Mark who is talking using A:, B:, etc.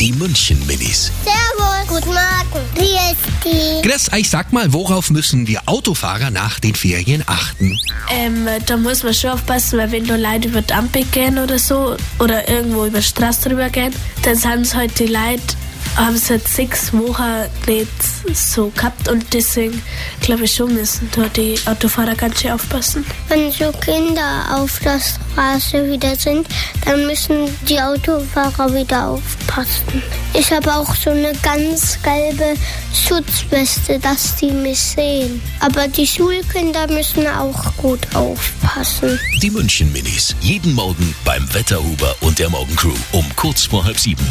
A: Die München Minis.
B: Servus. Guten Morgen. Wie ist die?
A: Chris, ich sag mal, worauf müssen wir Autofahrer nach den Ferien achten?
C: Ähm, da muss man schon aufpassen, weil wenn da Leute über die Ampel gehen oder so oder irgendwo über die Straße drüber gehen, dann sind es halt die Leute, haben es halt sechs Wochen nicht so gehabt und deswegen glaube ich schon müssen da die Autofahrer ganz schön aufpassen.
B: Wenn so Kinder auf der Straße wieder sind, dann müssen die Autofahrer wieder aufpassen. Ich habe auch so eine ganz gelbe Schutzweste, dass die mich sehen. Aber die Schulkinder müssen auch gut aufpassen.
A: Die München Minis. Jeden Morgen beim Wetterhuber und der Morgencrew um kurz vor halb sieben.